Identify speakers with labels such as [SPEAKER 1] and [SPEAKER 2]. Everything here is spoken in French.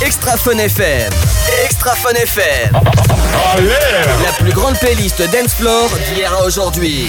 [SPEAKER 1] Extra Fun FM. Extra Fun FM. La plus grande playlist dance floor d'hier à aujourd'hui.